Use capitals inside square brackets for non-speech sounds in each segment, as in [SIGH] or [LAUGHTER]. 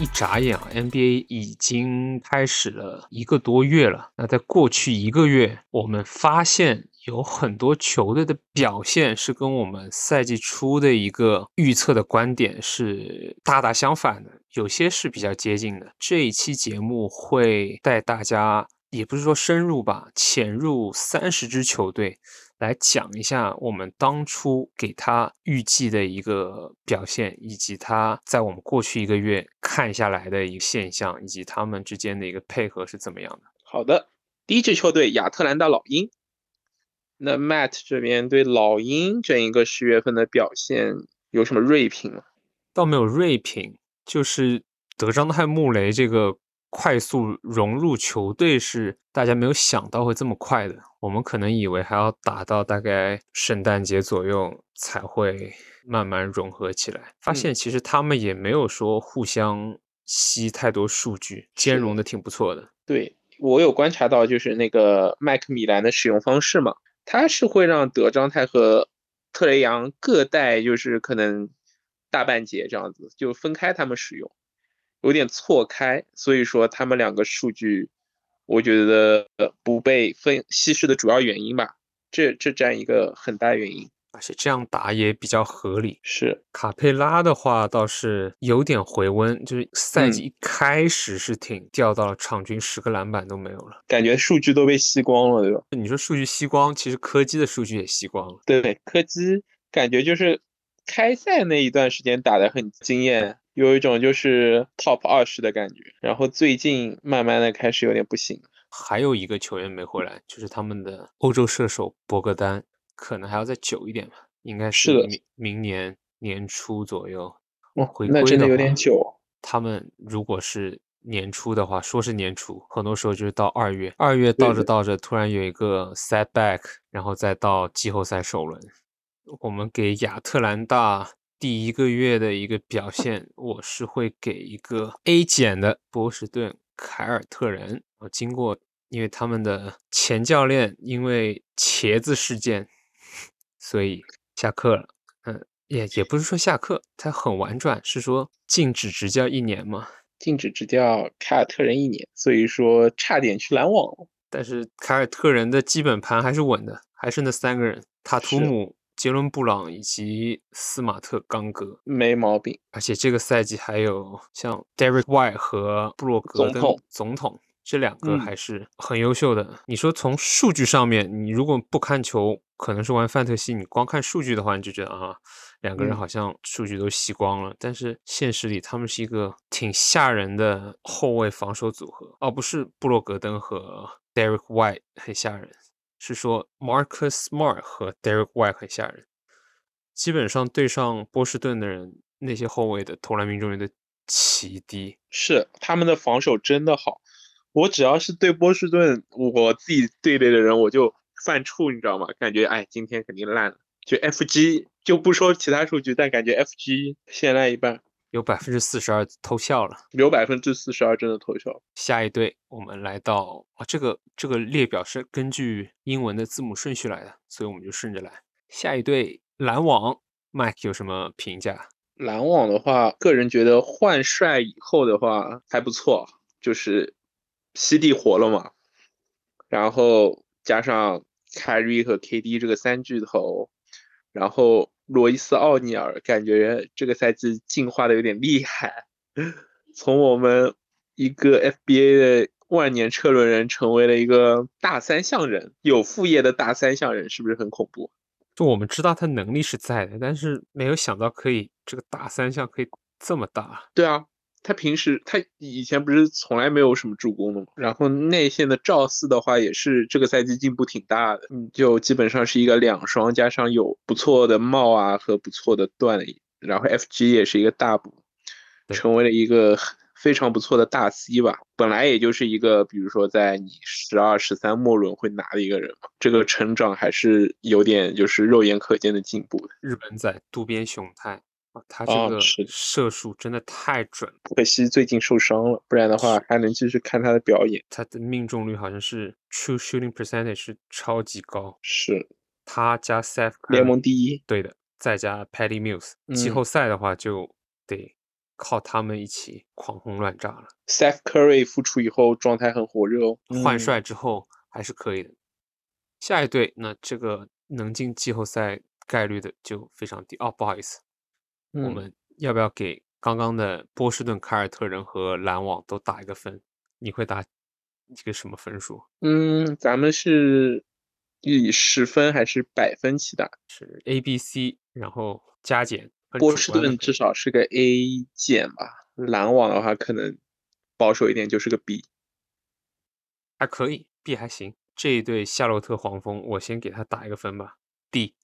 一眨眼啊，NBA 已经开始了一个多月了。那在过去一个月，我们发现有很多球队的表现是跟我们赛季初的一个预测的观点是大大相反的，有些是比较接近的。这一期节目会带大家，也不是说深入吧，潜入三十支球队。来讲一下我们当初给他预计的一个表现，以及他在我们过去一个月看下来的一个现象，以及他们之间的一个配合是怎么样的。好的，第一支球队亚特兰大老鹰。那 Matt 这边对老鹰整一个十月份的表现有什么锐评吗？倒没有锐评，就是德章泰穆雷这个。快速融入球队是大家没有想到会这么快的，我们可能以为还要打到大概圣诞节左右才会慢慢融合起来，发现其实他们也没有说互相吸太多数据，兼容的挺不错的。对我有观察到，就是那个麦克米兰的使用方式嘛，他是会让德章泰和特雷杨各带就是可能大半节这样子，就分开他们使用。有点错开，所以说他们两个数据，我觉得不被分稀释的主要原因吧，这这占一个很大原因。而且这样打也比较合理。是卡佩拉的话倒是有点回温，就是赛季一开始是挺掉到了场均十个篮板都没有了，感觉数据都被吸光了，对吧？你说数据吸光，其实柯基的数据也吸光了。对，柯基感觉就是开赛那一段时间打得很惊艳。有一种就是 top 二十的感觉，然后最近慢慢的开始有点不行。还有一个球员没回来，就是他们的欧洲射手博格丹，可能还要再久一点吧，应该是的明明年年初左右哦回归那话真的有点久。哦他们如果是年初的话，说是年初，很多时候就是到二月，二月到着对到着，突然有一个 setback，然后再到季后赛首轮。我们给亚特兰大第一个月的一个表现，我是会给一个 A 减的。波士顿凯尔特人，我经过，因为他们的前教练因为茄子事件，所以下课了。嗯，也也不是说下课，他很婉转，是说禁止执教一年嘛。禁止执教凯尔特人一年，所以说差点去篮网了。但是凯尔特人的基本盘还是稳的，还是那三个人：塔图是姆、杰伦·布朗以及斯马特·冈格。没毛病。而且这个赛季还有像 Derek White 和布洛格总登统总统这两个嗯还是很优秀的。你说从数据上面，你如果不看球，可能是玩范特西，你光看数据的话，你就觉得啊，两个人嗯好像数据都吸光了。但是现实里，他们是一个挺吓人的后卫防守组合，哦而不是布洛格登和 Derek White 很吓人，是说 Marcus Smart 和 Derek White 很吓人。基本上对上波士顿的人，那些后卫的投篮命中率都奇低。是他们的防守真的好，我只要是对波士顿我自己队内的人，我就犯怵，你知道吗？感觉哎，今天肯定烂了。就 FG 就不说其他数据，但感觉 FG 先烂一半，有百分之四十二偷笑了。有百分之四十二真的投效。下一队，我们来到啊，这个这个列表是根据英文的字母顺序来的，所以我们就顺着来。下一队篮网，Mike 有什么评价？篮网的话，个人觉得换帅以后的话还不错，就是西地活了嘛，然后加上凯瑞和 KD 这个三巨头，然后罗伊斯奥尼尔，感觉这个赛季进化的有点厉害， [LAUGHS] 从我们一个 FBA 的万年车轮人成为了一个大三项人，有副业的大三项人，是不是很恐怖？就我们知道他能力是在的，但是没有想到可以这个大三项可以这么大。对啊，他平时他以前不是从来没有什么助攻的嘛，然后内线的赵四的话也是这个赛季进步挺大的，嗯，就基本上是一个两双加上有不错的帽啊和不错的段，然后 FG 也是一个大补，对成为了一个非常不错的大 C 吧。本来也就是一个比如说在你十二十三末轮会拿的一个人嘛，这个成长还是有点就是肉眼可见的进步的，日本仔渡边雄太啊，他这哦个是射术真的太准了可惜最近受伤了，不然的话还能继续看他的表演。他的命中率好像是 true shooting percentage 是超级高，是，他加嗯 Seth Curry, 联盟第一。对的，再加 Patty Mills，季嗯后赛的话就得靠他们一起狂轰乱炸了。 Steph Curry 复出以后状态很火热哦，换帅之后还是可以的。下一队，那这个能进季后赛概率的就非常低哦。不好意思，嗯，我们要不要给刚刚的波士顿凯尔特人和篮网都打一个分？你会打一个什么分数？嗯，咱们是以十分还是百分起打？是 A、B、C，然后加减。很波主士观的顿可至以少是个 A 减吧，篮网的话可能保守一点就是个 [LAUGHS] B。还可以，B 还行。这一对夏洛特黄蜂，我先给他打一个分吧，D。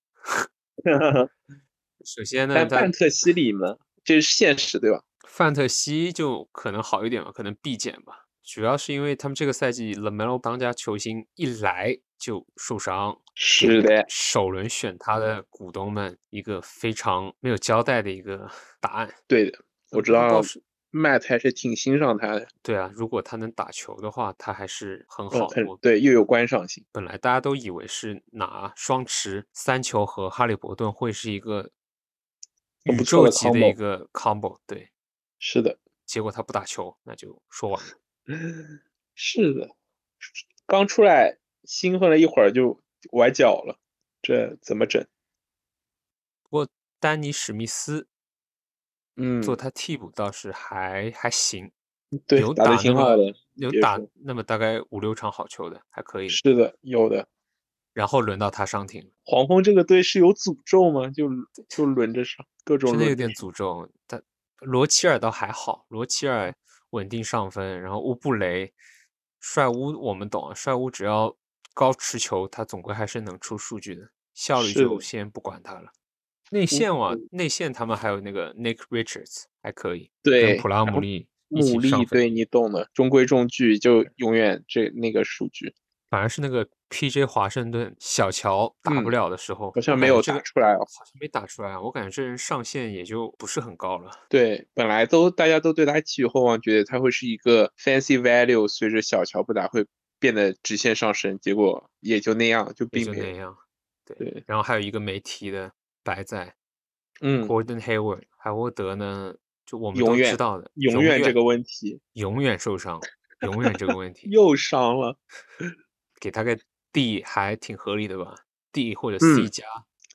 首先呢，但他范特西里嘛，这是现实对吧？范特西就可能好一点吧，可能 B 减吧。主要是因为他们这个赛季 LaMelo 当家球星一来就受伤，是的，首轮选他的股东们一个非常没有交代的一个 [LAUGHS] 答案。对的，我知不过道是 Matt 还是挺欣赏他的，对啊，如果他能打球的话，他还是很嗯，好的。很我对，又有观赏性。本来大家都以为是拿双持、三球和哈利伯顿会是一个很宇不错宙的级的一 combo 个 combo，对，是的，结果他不打球，那就说完了。是的，刚出来兴奋了一会儿就崴脚了，这怎么整？不过丹尼史密斯嗯，做他替补倒是还还行，对有，打打的那挺好么的，有也打是那么大概五六场好球的，还可以的。是的，有的。然后轮到他上庭了，黄蜂这个队是有诅咒吗？就就轮着上，各种真的轮有着点诅咒。但罗齐尔倒还好，罗齐尔稳定上分，然后乌布雷、帅乌我们懂啊，帅乌只要高持球，他总归还是能出数据的，效率是就的先不管他了。内线哇、布内线他们还有那个 Nick Richards 还可以，跟对普拉然姆后利一起牡上蛎，分，对你懂的，中规中矩，就永远这那个数据反而是那个 P.J. 华盛顿小乔打不嗯了的时候，好像我没感觉有这打个出来哦。好像没打出来啊。我感觉这人上限也就不是很高了。对，本来都大家都对他寄予厚望，觉得他会是一个 fancy value，随着小乔不打会变得直线上升，结果也就那样，就也并就没那有。样。对，对，然后还有一个没提的白仔嗯， Gordon Hayward，海沃德呢，就我们永都知远道的，永远这个问题永远受伤，永远这个问题，又伤了。给他个 D 还挺合理的吧？D 或者嗯 C 加、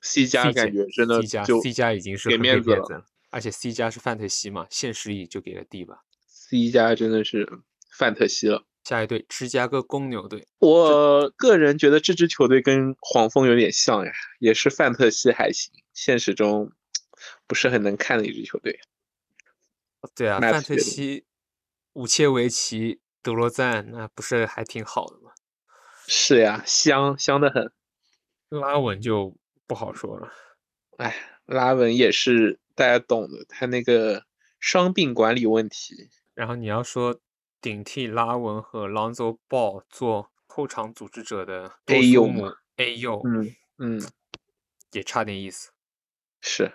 C 加 c 感觉真的 C 加就 C 加已经是给很面给子面了子了，而且 C 加是范特西嘛，现实里就给了 D 吧。 C 加真的是范特西了。下一队芝加哥公牛队，我个人觉得这支球队跟黄蜂有点像呀，也是范特西还行，现实中不是很能看的一支球队。对啊， Matt 范特觉得西、武切维奇、德罗赞，那不是还挺好的吗？是呀，香香的很。拉文就不好说了。哎，拉文也是大家懂的，他那个伤病管理问题，然后你要说顶替拉文和 Lonzo Ball 做后场组织者的多 A 苏右嘛姆 A 右，嗯嗯，也差点意思，是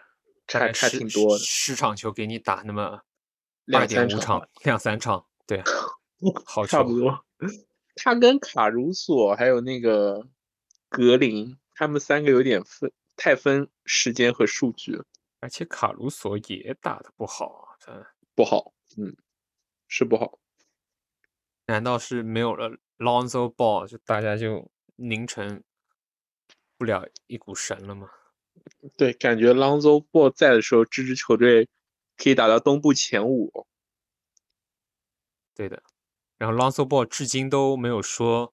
大差概差十挺多的，十场球给你打那么两二点三五场场吧，两三场，对，好差不球多。 [LAUGHS] 他跟卡鲁索还有那个格林，他们三个有点分太分时间和数据了，而且卡鲁索也打得不好啊，他不好，嗯，是不好。难道是没有了 Lonzo Ball 就大家就凝成不了一股神了吗？对，感觉 Lonzo Ball 在的时候，这支球队可以打到东部前五。对的。然后 Lonzo Ball 至今都没有说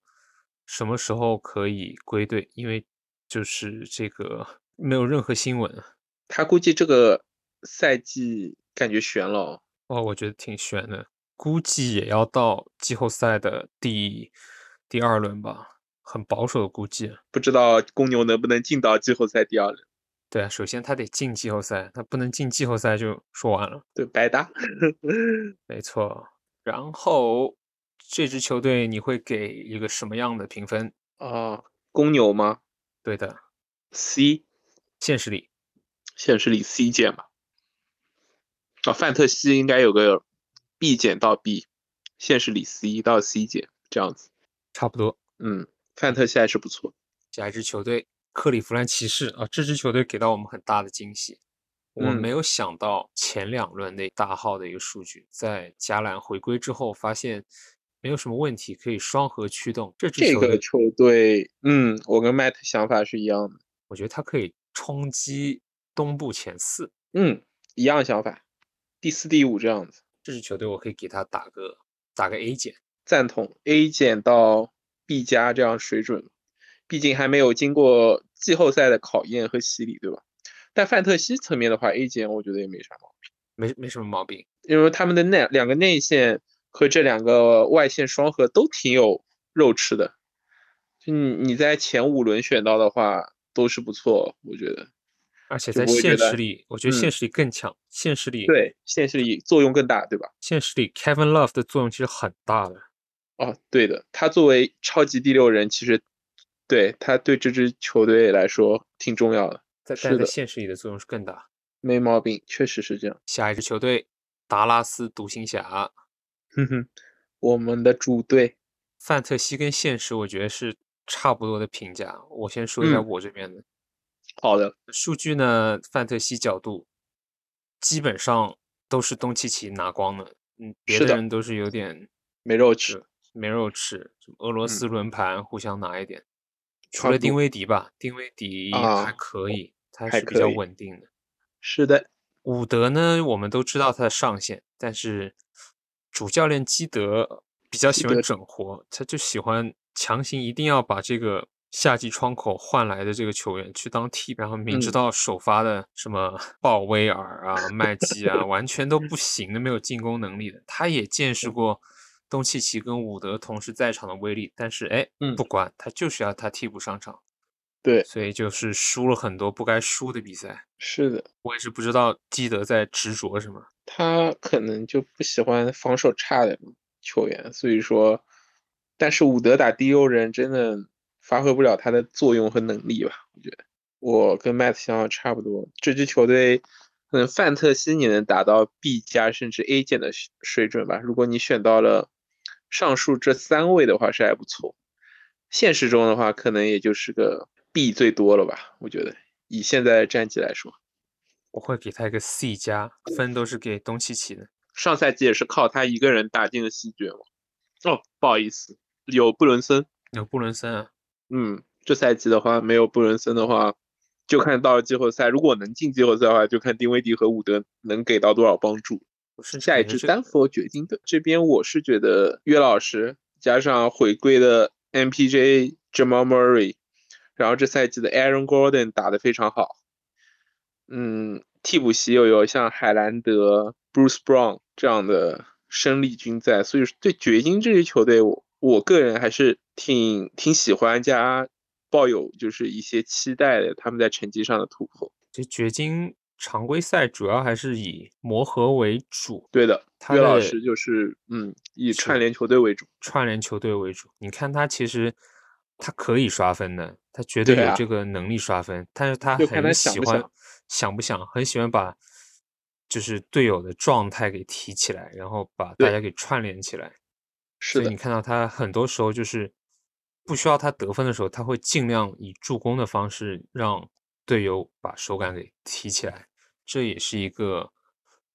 什么时候可以归队，因为就是这个没有任何新闻他估计这个赛季感觉悬了哦，哦，我觉得挺悬的，估计也要到季后赛的第第二轮吧，很保守的估计。啊不知道公牛能不能进到季后赛第二轮。对啊，首先他得进季后赛，他不能进季后赛就说完了。对，白搭。没错，然后这支球队你会给一个什么样的评分？啊，公牛吗对的， ？C，现实里现实里 C 减吧。啊，范特西应该有个 B 减到 B，现实里 C 到 C 减这样子。差不多。嗯，范特西还是不错。下一支球队克利夫兰骑士啊，这支球队给到我们很大的惊喜。我嗯没有想到前两轮那大号的一个数据，在加兰回归之后发现没有什么问题，可以双核驱动。这支这球队个球队，嗯，我跟 Matt 想法是一样的，我觉得它可以冲击东部前四。嗯，一样想法，第四、第五这样子，这支球队我可以给他打个打个 A 减。赞同 A 减到 B 加这样水准，毕竟还没有经过季后赛的考验和洗礼，对吧？但范特西层面的话，A 减我觉得也没啥毛病，没没什么毛病，因为他们的内两个内线和这两个外线双核都挺有肉吃的，就你你在前五轮选到的话都是不错，我觉得而且就在不会觉现得实里，我觉得现嗯实里更强。现实里，对现实里作用更大，对吧？现实里 Kevin Love 的作用其实很大的。哦，对的，他作为超级第六人，其实对他对这支球队来说挺重要的，在是但在的现实里的作用是更大。没毛病，确实是这样。下一支球队，达拉斯独行侠，哼哼，我们的主队，范特西跟现实我觉得是差不多的评价。我先说一下嗯我这边的、好的，数据呢，范特西角度基本上都是东契奇拿光的，嗯，别是的的人都是有点没肉吃，没肉吃，什么俄嗯罗斯轮盘互相拿一点。除差了不丁多威迪吧，丁威迪还啊可以，他还是比较可以稳定的。是的，伍德呢，我们都知道他的上限，但是主教练基德比较基喜欢德整活，他就喜欢强行一定要把这个夏季窗口换来的这个球员去当替，然后明知嗯道首发的什么 [LAUGHS] 鲍威尔啊、麦基啊，完全都不行的，没有进攻能力的。他也见嗯识过东契奇跟伍德同时在场的威力，但是哎，嗯不管他就是要他替补上场，对，所以就是输了很多不该输的比赛。是的，我也是不知道基德在执着什么。他可能就不喜欢防守差的球员，所以说，但是伍德打第六人真的发挥不了他的作用和能力吧？我觉得我跟 Matt 想法差不多，这支球队可能范特西你能达到 B 加甚至 A 减的水水准吧。如果你选到了上述这三位的话，是还不错。现实中的话，可能也就是个 B 最多了吧？我觉得以现在的战绩来说。我会给他一个 C 加，嗯分都是给东契奇的。上赛季也是靠他一个人打进了西决嘛。哦，不好意思，有布伦森。有布伦森啊，嗯，这赛季的话没有布伦森的话，就看到了季后赛。如果能进季后赛的话，就看丁威迪和伍德能给到多少帮助。我甚至下一感觉支这丹佛掘金队这边，我是觉得岳老师加上回归的 MPJ Jamal Murray，然后这赛季的 Aaron Gordon 打得非常好。嗯，替补席又有像海兰德、Bruce Brown 这样的生力军在，所以说对掘金这支球队我，我个人还是挺挺喜欢加抱有就是一些期待的，他们在成绩上的突破。这掘金常规赛主要还是以磨合为主，对的，他岳老的师就是嗯，以是串联球队为主。串联球队为主。你看他其实他可以刷分的，他绝对有啊这个能力刷分，但是他就看很他想喜不欢想想不想，很喜欢把就是队友的状态给提起来，然后把大对家给串联起来。是所以的你，看到他很多时候就是不需要他得分的时候，他会尽量以助攻的方式让队友把手感给提起来，这也是一个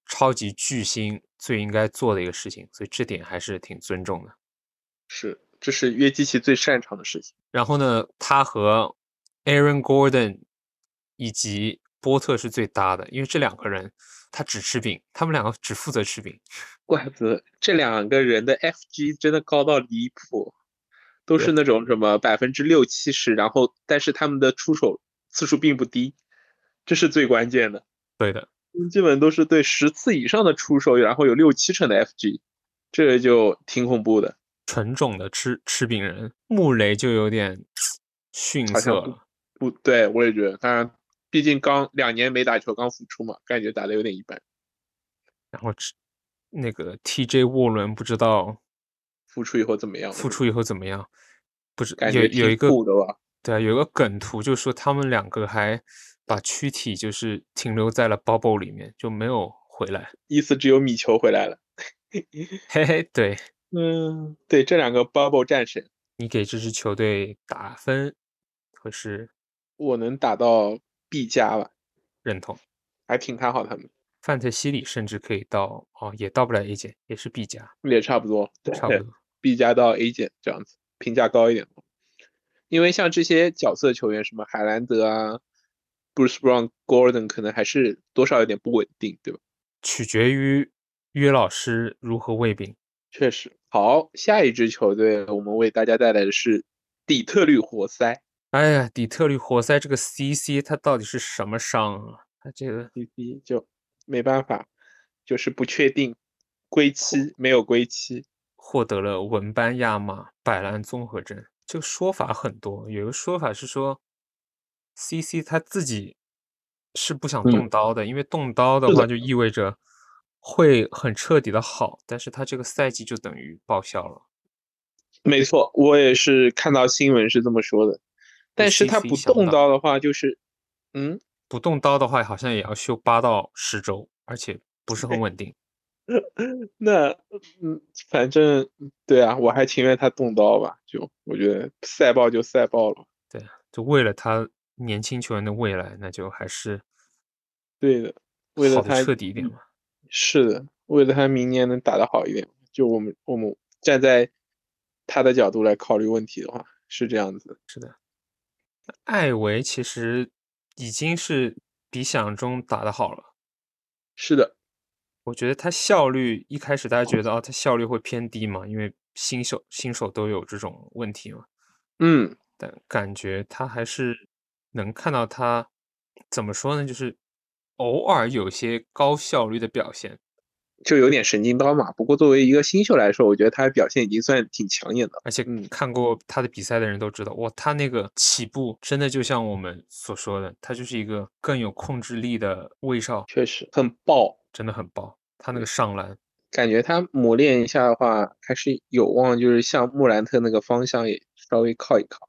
超级巨星最应该做的一个事情，所以这点还是挺尊重的。是这是约基奇最擅长的事情。然后呢，他和 Aaron Gordon 以及波特是最搭的，因为这两个人他只吃饼，他们两个只负责吃饼。怪不得这两个人的 FG 真的高到离谱，都对是那种什么百分之六七十，然后但是他们的出手次数并不低，这是最关键的。对的，基本都是对十次以上的出手，然后有六七成的 FG，这就挺恐怖的。纯种的吃吃饼人，穆雷就有点逊好像色不了。不对，我也觉得，当然，毕竟刚两年没打球，刚复出嘛，感觉打的有点一般。然后吃那个 TJ 沃伦不知道复出以后怎么样？复出以后怎么样，不知感有觉有一个挺酷的吧？对啊，有一个梗图就说他们两个还把躯体就是停留在了 bubble 里面，就没有回来。 [LAUGHS] 意思只有米球回来了。嘿嘿，对嗯，对，这两个 bubble 战神，你给这支球队打分会是我能打到 B 加吧？认同。还挺看好他们，范特西里甚至可以到哦，也到不了 A 减，也是 B 加，也差不多，对差不多。 [LAUGHS] B 加到 A 减这样子，评价高一点。因为像这些角色球员，什么海兰德啊、Bruce Brown、Gordon，可能还是多少有点不稳定，对吧？取决于约老师如何喂饼。确实。好，下一支球队，我们为大家带来的是底特律活塞。哎呀，底特律活塞这个 CC 他到底是什么伤啊？他这个 CC 就没办法，就是不确定，归期没有归期。获得了文班亚马摆烂综合症，这个说法很多。有一个说法是说，CC 他自己是不想动嗯刀的，因为动刀的是的话就意味着会很彻底的好，但是他这个赛季就等于报销了。没错，我也是看到新闻是这么说的，但是他 CC 不想动到刀的话，就是，嗯，不动刀的话，好像也要休八到十周，而且不是很稳定。那嗯，反正对啊，我还情愿他动刀吧，就我觉得赛爆就赛爆了，就为了他年轻球员的未来，那就还是对的，为了好得他嗯彻底一点嘛。是的，为了他明年能打得好一点，就我们我们站在他的角度来考虑问题的话，是这样子的。艾维其实已经是比想象中打得好了，是的，我觉得他效率一开始大家觉得哦，他效率会偏低嘛，因为新手新手都有这种问题嘛，嗯，但感觉他还是能看到他怎么说呢，就是偶尔有些高效率的表现。就有点神经刀嘛。不过作为一个新秀来说，我觉得他表现已经算挺抢眼的了。而且嗯看过他的比赛的人都知道，哇，他那个起步真的就像我们所说的，他就是一个更有控制力的威少，确实很爆，真的很棒。他那个对上篮，感觉他磨练一下的话，还是有望就是向莫兰特那个方向也稍微靠一靠。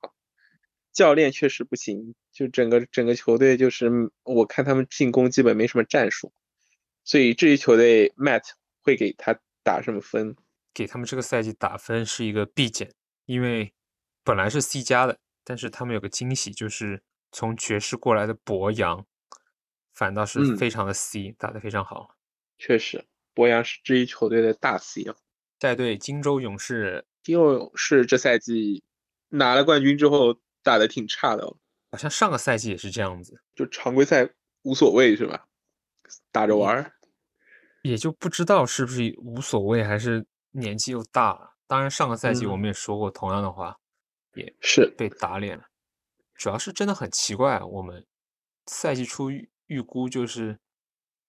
教练确实不行，就整个整个球队就是我看他们进攻基本没什么战术，所以这支球队 Matt 会给他打什么分？给他们这个赛季打分是一个必减，因为本来是 C 加的，但是他们有个惊喜，就是从爵士过来的博扬，反倒是嗯非常的 C，、打得非常好。确实，博扬是这支球队的大 C 啊。下一队金州勇士第二是这赛季拿了冠军之后打得挺差的哦，好像上个赛季也是这样子，就常规赛无所谓是吧？打着玩儿。也就不知道是不是无所谓，还是年纪又大了。当然，上个赛季我嗯们也说过同样的话，是被打脸了。主要是真的很奇怪，我们赛季初预预估就是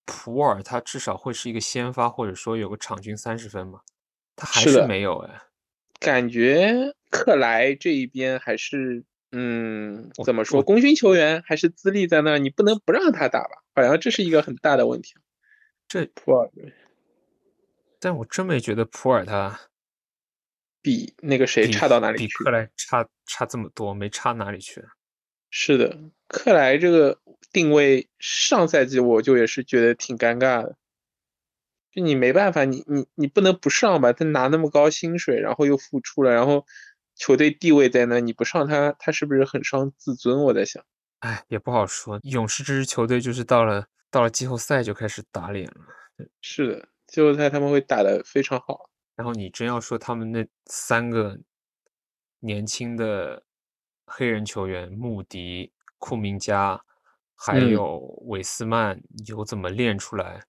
普尔他至少会是一个先发，或者说有个场均三十分嘛，他还是是的没有哎。感觉克莱这一边还是，嗯，我怎么我说？功勋球员还是资历在那儿，你不能不让他打吧？好像这是一个很大的问题。这普尔但我真没觉得普尔他比那个谁比差到哪里比去？克莱差差这么多，没差哪里去。啊是的，克莱这个定位，上赛季我就也是觉得挺尴尬的。就你没办法，你你你不能不上吧？他拿那么高薪水，然后又复出了，然后球队地位在那，你不上他，他是不是很伤自尊？我在想。哎，也不好说。勇士这支球队就是到了到了季后赛就开始打脸了。是的，季后赛他们会打得非常好。然后你真要说他们那三个年轻的黑人球员穆迪、库明加，还嗯有韦斯曼有怎么练出来，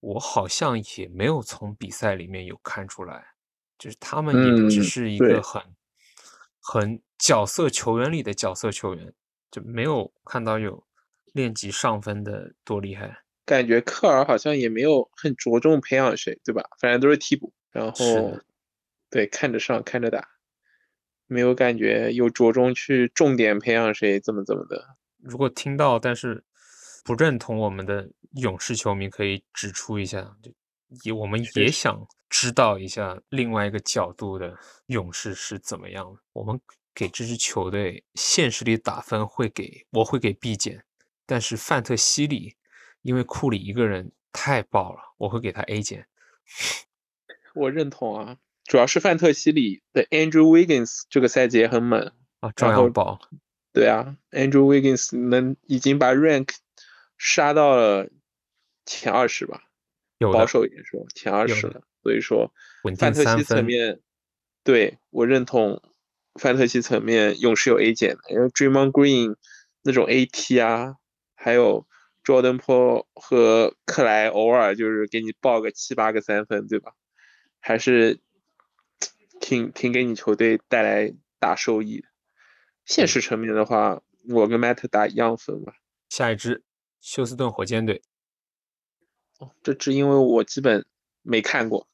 我好像也没有从比赛里面有看出来，就是他们也只嗯是一对个很、很角色球员里的角色球员，就没有看到有练级上分的多厉害。感觉科尔好像也没有很着重培养谁，对吧？反正都是替补，然是的后对看着上看着打，没有感觉有着重去重点培养谁怎么怎么的。如果听到但是不认同我们的勇士球迷，可以指出一下，就也我们确也实想知道一下另外一个角度的勇士是怎么样的。我们给这支球队现实里打分会给我会给 B 减，但是范特西里因为库里一个人太爆了，我会给他 A 减。我认同啊，主要是范特西里的 Andrew Wiggins 这个赛季也很猛，啊，照然后样爆了，对啊，Andrew Wiggins 能已经把 rank 杀到了前二十吧，有保的守一点说前二有十的了。所以说，稳定范特三西层分，面，对我认同范特西层面勇士有 A 减的，因为 Draymond Green 那种 AT 啊，还有 Jordan Po 和克莱偶尔就是给你爆个七八个三分，对吧？还是挺挺给你球队带来大收益嗯的。现实层面的话，我跟 Matt 打一样分吧。下一支休斯顿火箭队，哦这只因为我基本没看过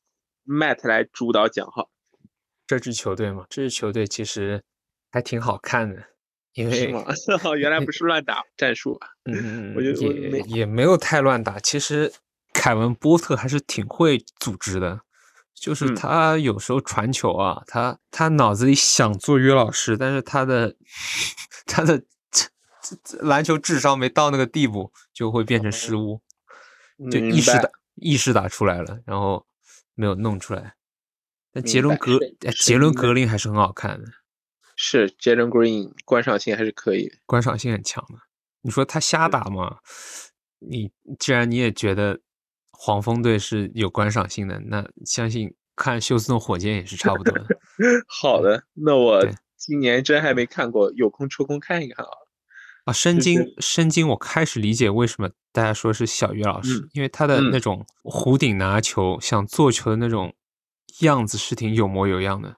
，Matt 来主导讲哈，这支球队嘛，这支球队其实还挺好看的，因为是吗？ [LAUGHS] 原来不是乱打战术啊。 [LAUGHS] 嗯，我觉得我也没也没有太乱打。其实凯文波特还是挺会组织的，就是嗯他有时候传球啊，他他脑子里想做约老师，但是他的 [LAUGHS] 他的这这这篮球智商没到那个地步，就会变成失误，就哦明意识白打意识打出来了，然后没有弄出来。但杰明伦白格是哎是杰伦明白格林还是很好看的，是 Jalen Green 观赏性还是可以的。 [LAUGHS] 观赏性很强的。你说他瞎打吗？你既然你也觉得黄蜂队是有观赏性的，那相信看休斯顿火箭也是差不多的。好的，那我对今年真还没看过，有空抽空看一看啊。啊，申是京，申京，我开始理解为什么大家说是小于老师，嗯因为他的嗯那种弧顶拿球、想做球的那种样子是挺有模有样的。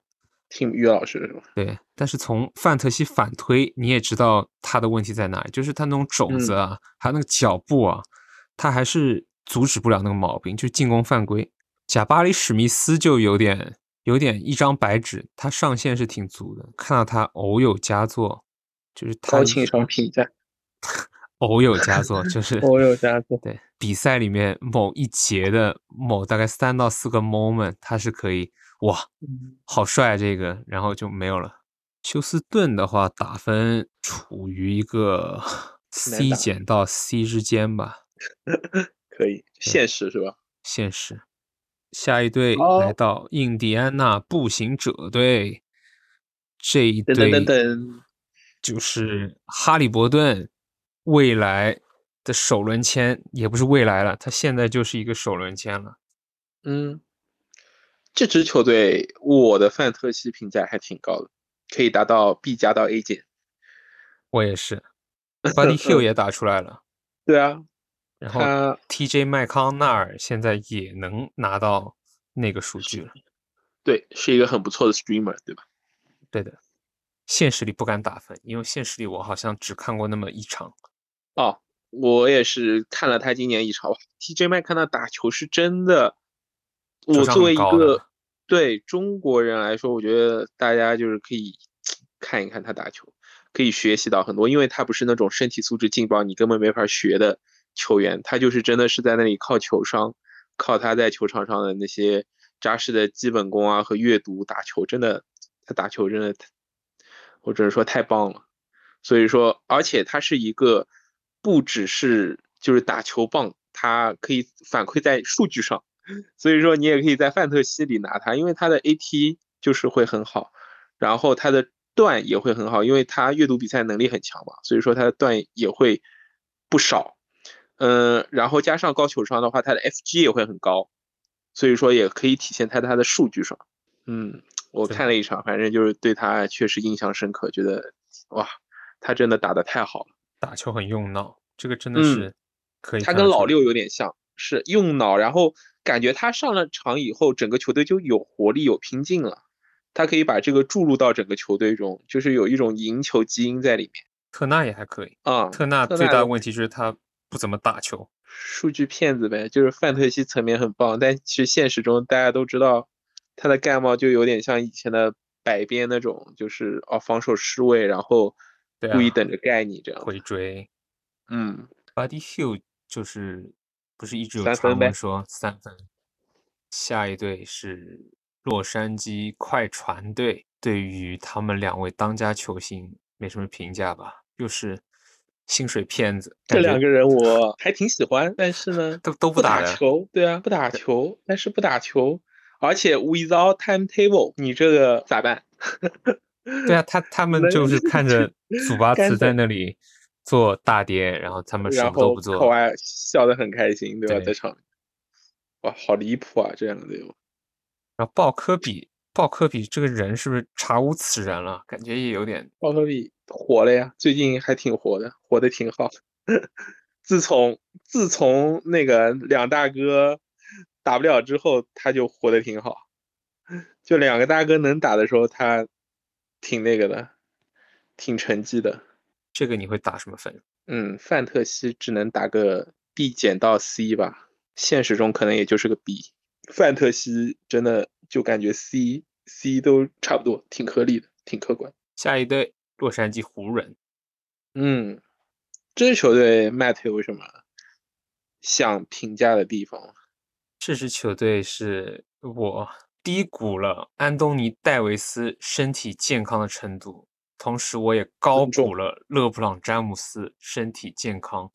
听于老师是吧？对，但是从范特西反推，你也知道他的问题在哪里，就是他那种肘嗯子啊，还有那个脚步啊，他还是阻止不了那个毛病，就进攻犯规。贾巴里史密斯就有点有点一张白纸，他上限是挺足的，看到他偶有佳作，就是他高情商评价，哦偶有佳作， [LAUGHS] 就是偶有佳作。对比赛里面某一节的某大概三到四个 moment，他是可以哇，嗯好帅啊这个，然后就没有了。休斯顿的话，打分处于一个 C 打减到 C 之间吧，可以，现实是吧？现实。下一队好来到印第安纳步行者队，这一等等队等等，就是哈利伯顿未来的首轮签，也不是未来了，他现在就是一个首轮签了。嗯，这支球队我的范特西评价还挺高的，可以达到 B 加到 A 减。我也是，Buddy Hill 也打出来了，对啊，然后他 TJ 麦康纳尔现在也能拿到那个数据了。对是一个很不错的 streamer，对吧？对的，现实里不敢打分，因为现实里我好像只看过那么一场。哦，我也是看了他今年一场哇，TJ 麦看他打球是真的，球我商作很为一高的个对中国人来说，我觉得大家就是可以看一看他打球，可以学习到很多，因为他不是那种身体素质劲爆你根本没法学的球员，他就是真的是在那里靠球商，靠他在球场上的那些扎实的基本功啊和阅读打球，真的他打球真的太，我只能说太棒了。所以说，而且他是一个不只是就是打球棒，他可以反馈在数据上，所以说你也可以在范特西里拿他，因为他的 AT 就是会很好，然后他的段也会很好，因为他阅读比赛能力很强嘛，所以说他的段也会不少。嗯，然后加上高球商的话，他的 FG 也会很高，所以说也可以体现在他的数据上。嗯，我对看了一场，反正就是对他确实印象深刻，觉得哇，他真的打得太好了。打球很用脑，这个真的嗯是可以他看得出来。跟老六有点像，是用脑，然后感觉他上了场以后，整个球队就有活力、有拼劲了。他可以把这个注入到整个球队中，就是有一种赢球基因在里面特纳也还可以，啊。特纳特最纳大的的问题就是他不怎么打球。数据骗子呗，就是范特西层面很棒，但其实现实中大家都知道，他的盖帽就有点像以前的百变那种，就是哦防守失位，然后对故意啊等着盖你这样子。回追嗯， ，Buddy Hill 就是不是一直有三分传呗闻说三分。下一队是洛杉矶快船队，对于他们两位当家球星没什么评价吧，又是薪水骗子，感这觉两个人我还挺喜欢，但是呢，都都不不打人。球，对啊，不打球，但是不打球，而且 without timetable，你这个咋办？对啊，他他们能就是看着祖巴干茨在等那里做大跌，然后他们什然么都后不做寇，埃笑得很开心，对吧？对在场里，哇，好离谱啊！这两个队伍，然后鲍科比，鲍科比这个人是不是查无此人了？感觉也有点鲍科比火了呀，最近还挺火的，火的挺好。 [LAUGHS] 自从自从那个两大哥打不了之后，他就火的挺好。就两个大哥能打的时候，他挺那个的，挺沉寂的。这个你会打什么分？嗯，范特西只能打个 B 减到 C 吧，现实中可能也就是个 B。范特西真的就感觉 C C 都差不多，挺合理的，挺客观。下一队洛杉矶湖人，嗯，这支球队 Matt 有什么想评价的地方吗？这支球队是我低估了安东尼·戴维斯身体健康的程度，同时我也高重估了勒布朗·詹姆斯身体健康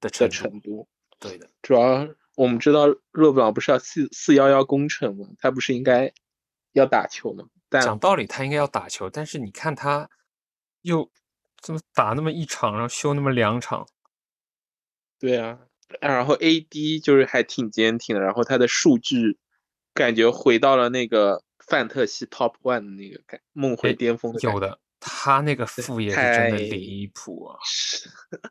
的的程度。程度，对的，主要我们知道勒布朗不是要四四幺幺工程吗？他不是应该要打球吗？讲但道理他应该要打球，但是你看他又这么打那么一场，然后休那么两场，对啊，然后 AD 就是还挺坚挺的，然后他的数据感觉回到了那个范特西 Top One 的那个感梦回哎巅峰的感有的他那个副业是真的太离谱啊！是 [LAUGHS]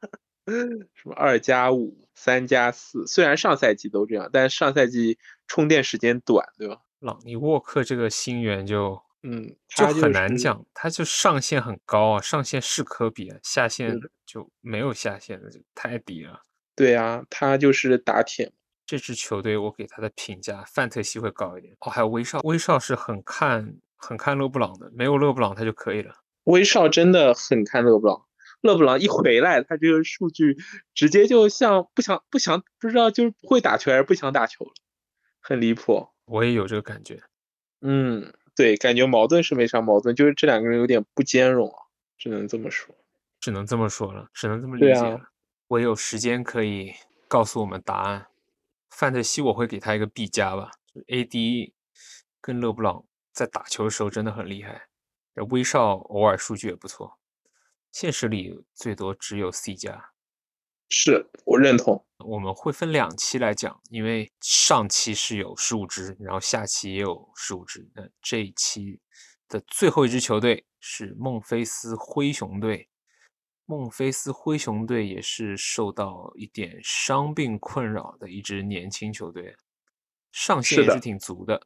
什么二加五、三加四，虽然上赛季都这样，但是上赛季充电时间短，对吧？朗尼·沃克这个新援就嗯，就他很难是。讲，他就上限很高啊，上限是科比啊，下限的就没有下限了，就太低了。对啊，他就是打铁。这支球队我给他的评价，范特西会高一点。哦，还有威少，威少是很看很看勒布朗的，没有勒布朗他就可以了。威少真的很看勒布朗，勒布朗一回来，他这个数据直接就像不想不想不知道就是不会打球还是不想打球了，很离谱。我也有这个感觉。嗯，对，感觉矛盾是没啥矛盾，就是这两个人有点不兼容啊，只能这么说。只能这么说了，只能这么理对解啊了。我有时间可以告诉我们答案。范特西我会给他一个 B 加吧就，AD 跟勒布朗在打球的时候真的很厉害，然后威少偶尔数据也不错，现实里最多只有 C 加。是我认同，我们会分两期来讲，因为上期是有十五支，然后下期也有十五支。那这一期的最后一支球队是孟菲斯灰熊队。孟菲斯灰熊队也是受到一点伤病困扰的一支年轻球队，啊上限是也是的挺足的。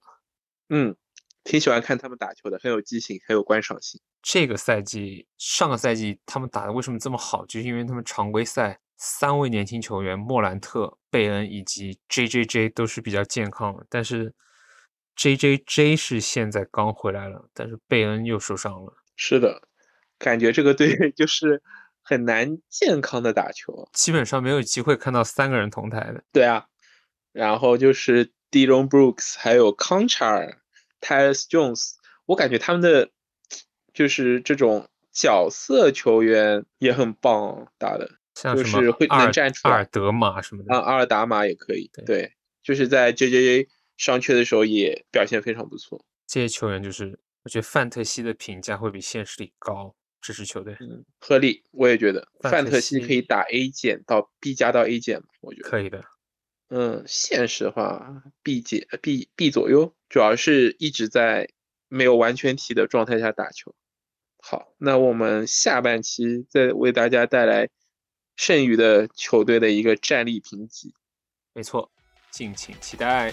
嗯，挺喜欢看他们打球的，很有激情，很有观赏性。这个赛季、上个赛季他们打的为什么这么好，就是因为他们常规赛三位年轻球员莫兰特、贝恩以及 J J J 都是比较健康的，但是 J J J 是现在刚回来了，但是贝恩又受伤了。是的，感觉这个队 [LAUGHS] 就是很难健康的打球啊。基本上没有机会看到三个人同台的，对啊，然后就是 Dillon Brooks，还有康查尔、Tyus Jones，我感觉他们的就是这种角色球员也很棒打的像就什是么会能阿尔站出阿来尔德马什么的啊，，阿尔达马也可以，嗯对对，就是在 JJJ 伤缺的时候也表现非常不错。这些球员就是我觉得范特西的评价会比现实里高。这支球队嗯，合理，我也觉得范范特特西可西以打 A 减到 B 加到 A 减，我觉得。可以的，嗯，现实化 B 减 B B 左右，主要是一直在没有完全体的状态下打球。好，那我们下半期再为大家带来剩余的球队的一个战力评级。没错，敬请期待。